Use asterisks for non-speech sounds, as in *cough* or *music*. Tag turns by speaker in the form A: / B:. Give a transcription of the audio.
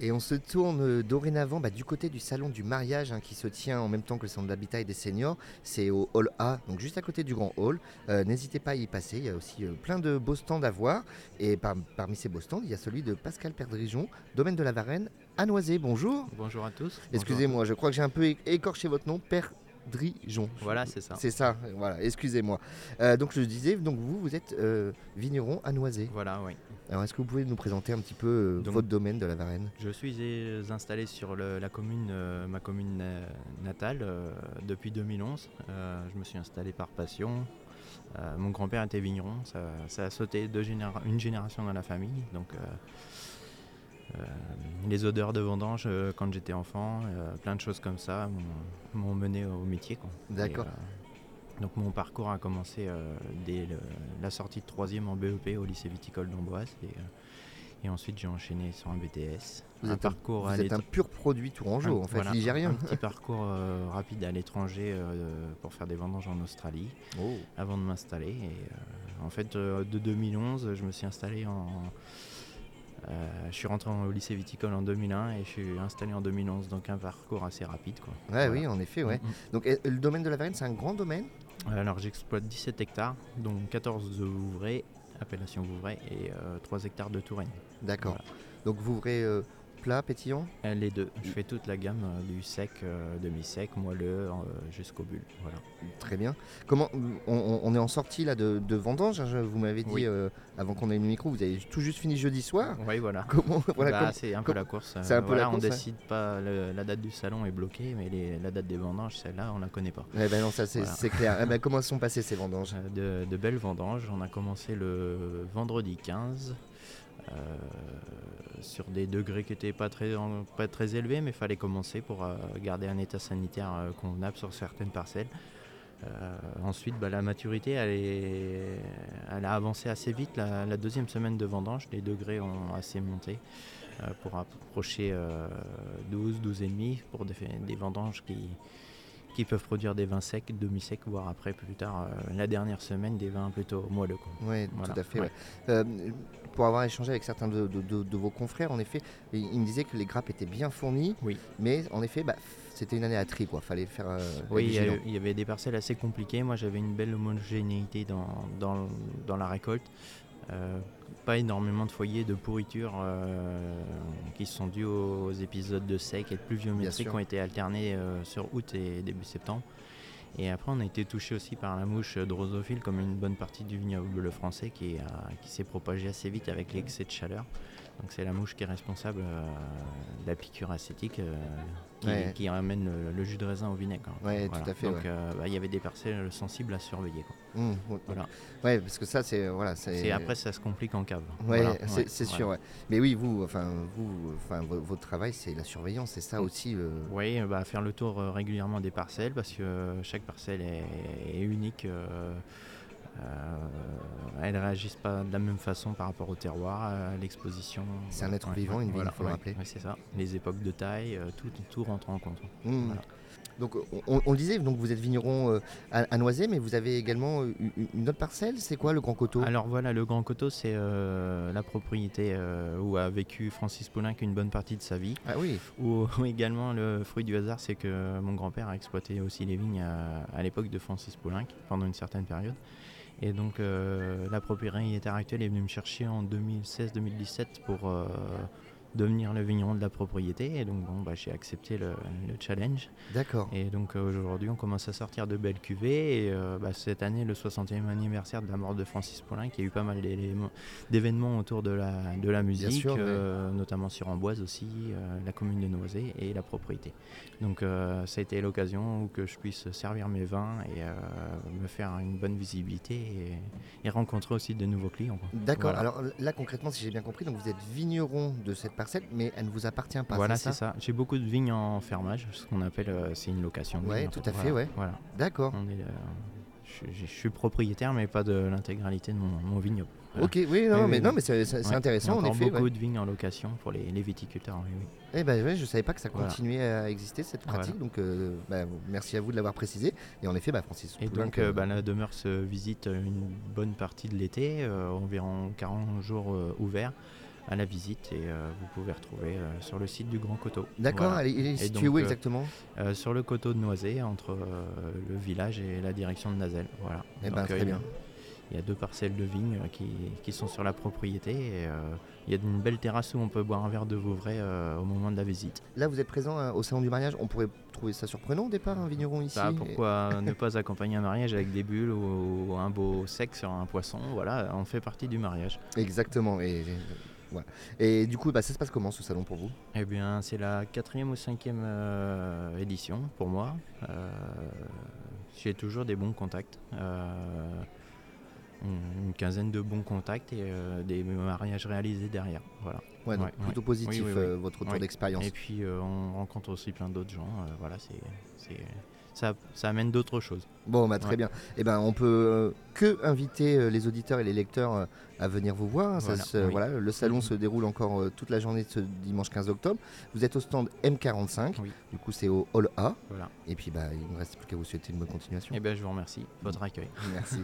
A: Et on se tourne dorénavant bah, du côté du salon du mariage hein, qui se tient en même temps que le salon de l'habitat et des seniors. C'est au hall A, donc juste à côté du grand hall. Euh, N'hésitez pas à y passer. Il y a aussi euh, plein de beaux stands à voir. Et par- parmi ces beaux stands, il y a celui de Pascal Perdrijon, domaine de la Varenne, à Noisé. Bonjour.
B: Bonjour à tous.
A: Excusez-moi, je crois que j'ai un peu é- écorché votre nom, Perdrijon.
B: Voilà, c'est ça.
A: C'est ça, voilà, excusez-moi. Euh, donc je disais, donc vous, vous êtes euh, vigneron à Noisé.
B: Voilà, oui.
A: Alors est-ce que vous pouvez nous présenter un petit peu euh,
B: Donc-
A: votre domaine de la Varenne
B: Je suis euh, installé sur le- la commune, euh, ma commune euh, natale, euh, depuis 2011. Euh, je me suis installé par passion. Euh, mon grand-père était vigneron. Ça, ça a sauté deux généra- une génération dans la famille. Donc, euh, euh, les odeurs de vendange euh, quand j'étais enfant, euh, plein de choses comme ça m'ont- m'ont mené au métier. quoi.
A: D'accord.
B: Et, euh, donc mon parcours a commencé euh, dès le- la sortie de troisième en BEP au lycée viticole d'Amboise et, euh, et ensuite j'ai enchaîné sur un BTS.
A: Vous
B: un
A: êtes un-
B: parcours
A: Vous
B: à
A: êtes
B: l'étra-
A: un pur produit tourangeau,
B: un-
A: en fait,
B: voilà,
A: ligérien.
B: Un petit parcours euh, rapide à l'étranger euh, pour faire des vendanges en Australie
A: Oh.
B: avant de m'installer. Et, euh, en fait, euh, de 2011, je me suis installé en. euh, je suis rentré en- au lycée viticole en 2001 et je suis installé en 2011, donc un parcours assez rapide. Quoi.
A: Ouais,
B: Voilà.
A: Oui, en effet, ouais.
B: Mm, mm.
A: Donc euh, le domaine de la Varenne, c'est un grand domaine
B: Alors j'exploite 17 hectares, dont 14 de Vouvray, appellation Vouvray, et euh, 3 hectares de Touraine.
A: D'accord. Donc vous ouvrez euh, plat, pétillant
B: Euh, Les deux. Je fais toute la gamme euh, du sec, euh, demi-sec, moelleux, euh, jusqu'au bulle. Voilà.
A: Très bien. Comment on- on, on est en sortie là de, de vendange hein, je- Vous m'avez dit
B: Oui.
A: euh, avant qu'on ait le micro, vous avez tout juste fini jeudi soir. *laughs*
B: Oui, voilà.
A: Comment Ah. voilà
B: Bah,
A: comment-
B: c'est un peu
A: comme-
B: la course. euh,
A: c'est un peu la
B: voilà,
A: course,
B: On
A: ouais.
B: décide pas, le- la date du salon est bloquée, mais les- la date des vendanges, celle-là, on la connaît pas.
A: Eh ben non, ça c'est
B: Voilà.
A: c'est clair. Eh ben, comment sont passées ces vendanges
B: Euh, De, de belles vendanges. On a commencé le vendredi 15 euh, sur des degrés qui n'étaient pas très, en- pas très élevés, mais fallait commencer pour euh, garder un état sanitaire euh, convenable sur certaines parcelles. Euh, ensuite, bah, la maturité, elle, est- elle a avancé assez vite. La, la deuxième semaine de vendange, les degrés ont assez monté euh, pour approcher euh, 12, 12,5 pour des, des vendanges qui, qui peuvent produire des vins secs, demi-secs, voire après plus tard, euh, la dernière semaine, des vins plutôt moelleux. quoi.
A: Oui,
B: Voilà,
A: tout à fait.
B: ouais.
A: ouais. Euh, pour avoir échangé avec certains de, de- de- de vos confrères, en effet, ils ils me disaient que les grappes étaient bien fournies.
B: Oui.
A: Mais en effet, bah, c'était une année à tri, quoi. Fallait faire. euh, être
B: Oui, il y, a
A: vigilant.
B: eu- il y avait des parcelles assez compliquées. Moi, j'avais une belle homogénéité dans, dans- dans la récolte. Euh, pas énormément de foyers de pourriture euh, qui sont dus aux épisodes de sec et de pluviométrie
A: sûr.
B: qui ont été alternés euh, sur août et début septembre. Et après, on a été touché aussi par la mouche drosophile, comme une bonne partie du vignoble français, qui, a- qui s'est propagée assez vite avec l'excès de chaleur. Donc, c'est la mouche qui est responsable euh, de la piqûre acétique euh, qui,
A: Ouais.
B: qui ramène le, le jus de raisin au vinaigre. hein.
A: Ouais, tout à fait,
B: Donc,
A: ouais.
B: euh, bah, il y avait des parcelles sensibles à surveiller. quoi.
A: Mmh, ouais.
B: Voilà.
A: Ouais, parce que ça, c'est voilà, c'est.
B: C'est- après, ça se complique en cave.
A: Ouais,
B: Voilà,
A: c'est
B: ouais,
A: c'est
B: voilà.
A: sûr. ouais. Mais oui, vous, enfin, vous, enfin, vo- votre travail, c'est la surveillance, c'est ça
B: Mm.
A: aussi. euh,
B: Oui, euh, bah, faire le tour euh, régulièrement des parcelles parce que euh, chaque parcelle est, est unique. euh, euh, elles réagissent pas de la même façon par rapport au terroir, à l'exposition.
A: C'est un être
B: Ouais,
A: vivant,
B: ouais,
A: une vigne,
B: voilà,
A: faut le
B: ouais,
A: rappeler.
B: ouais, c'est ça. Les époques de taille, euh, tout, tout rentre en compte. hein.
A: mm.
B: Voilà.
A: Donc, on, on le disait, donc vous êtes vigneron euh, à, à Noisé, mais vous avez également euh, une- une autre parcelle. C'est quoi le Grand Coteau
B: Alors voilà, le Grand Coteau, c'est euh, la propriété euh, où a vécu Francis Poulenc une bonne partie de sa vie.
A: Ah oui.
B: Ou ou également le fruit du hasard, c'est que mon grand-père a exploité aussi les vignes à, à l'époque de Francis Poulenc pendant une certaine période. Et donc euh, la propriétaire actuelle est venue me chercher en 2016-2017 pour euh, devenir le vigneron de la propriété. Et donc bon, bah, j'ai accepté le, le challenge.
A: D'accord.
B: Et donc euh, aujourd'hui, on commence à sortir de belles cuvées. Et euh, bah, cette année, le 60e anniversaire de la mort de Francis Poulenc, il y a eu pas mal d'éléments- d'événements autour de la, de la musique,
A: sûr, ouais.
B: euh, notamment sur Amboise aussi, euh, la commune de Noisé et la propriété. Donc euh, ça a été l'occasion où que je puisse servir mes vins et euh, me faire une bonne visibilité et, et rencontrer aussi de nouveaux clients. quoi.
A: D'accord.
B: Voilà.
A: Alors là, concrètement, si j'ai bien compris, donc vous êtes vigneron de cette parcelle, mais elle ne vous appartient pas.
B: voilà, c'est ça. J'ai beaucoup de vignes en fermage, ce qu'on appelle, euh, c'est une location. de
A: Ouais,
B: vigne, en
A: tout à fait,
B: Voilà.
A: ouais.
B: Voilà.
A: D'accord.
B: On est, euh, je, je- je suis propriétaire, mais pas de l'intégralité de mon, mon vignoble. Voilà.
A: Ok. Oui. Non,
B: Oui,
A: mais
B: oui,
A: non,
B: oui.
A: mais c'est c'est- c'est
B: Ouais.
A: intéressant
B: Il
A: en
B: y a encore
A: effet.
B: beaucoup
A: ouais.
B: de vignes en location pour les, les viticulteurs. oui, oui.
A: Eh ben, ouais, je savais pas que ça
B: Voilà.
A: continuait à exister cette
B: Voilà.
A: pratique. Donc, euh, bah, merci à vous de l'avoir précisé. Et en effet, bah, Francis.
B: Et
A: Poulenc,
B: donc,
A: euh,
B: euh, bah, la demeure se visite une bonne partie de l'été, euh, environ 40 jours euh, ouverts. à la visite et euh, vous pouvez retrouver euh, sur le site du Grand Coteau.
A: D'accord,
B: Voilà.
A: elle est- elle est
B: Et
A: située
B: donc,
A: où
B: euh,
A: exactement
B: Euh, sur le coteau de Noisé, entre euh, le village et la direction de Nazel. Voilà.
A: Eh ben,
B: Donc,
A: très
B: il y a-
A: bien.
B: Il y a deux parcelles de vignes euh, qui, qui sont sur la propriété et euh, il y a une belle terrasse où on peut boire un verre de Vauvray euh, au moment de la visite.
A: Là, vous êtes présent hein, au salon du mariage. On pourrait trouver ça surprenant au départ, un vigneron ici.
B: Bah, pourquoi ne pas accompagner un mariage avec des bulles ou, ou un beau sec sur un poisson Voilà, on fait partie du mariage.
A: Exactement. Et, voilà. et du coup, bah, ça se passe comment ce salon pour vous
B: Eh bien, c'est la quatrième ou cinquième euh, édition pour moi. Euh, J'ai toujours des bons contacts. Euh, une, une quinzaine de bons contacts et euh, des mariages réalisés derrière. Voilà.
A: ouais, donc
B: Ouais,
A: Plutôt positif
B: Oui, oui, oui.
A: euh, votre retour
B: Oui.
A: d'expérience.
B: Et puis, euh, on rencontre aussi plein d'autres gens. euh, voilà, c'est, c'est- ça, ça amène d'autres choses.
A: Bon, bah, très
B: Ouais.
A: bien. Eh ben, on peut euh, que inviter euh, les auditeurs et les lecteurs euh, à venir vous voir. hein. Ça
B: Voilà,
A: se- euh,
B: oui.
A: voilà, le salon
B: Mhm.
A: se déroule encore euh, toute la journée de ce dimanche 15 octobre. Vous êtes au stand M45.
B: Oui.
A: Du coup, c'est au Hall A.
B: Voilà.
A: Et puis,
B: Eh
A: bah,
B: ben,
A: il ne me reste plus qu'à vous souhaiter une bonne continuation. *laughs*
B: Et bien, je vous remercie. de Votre accueil.
A: Merci.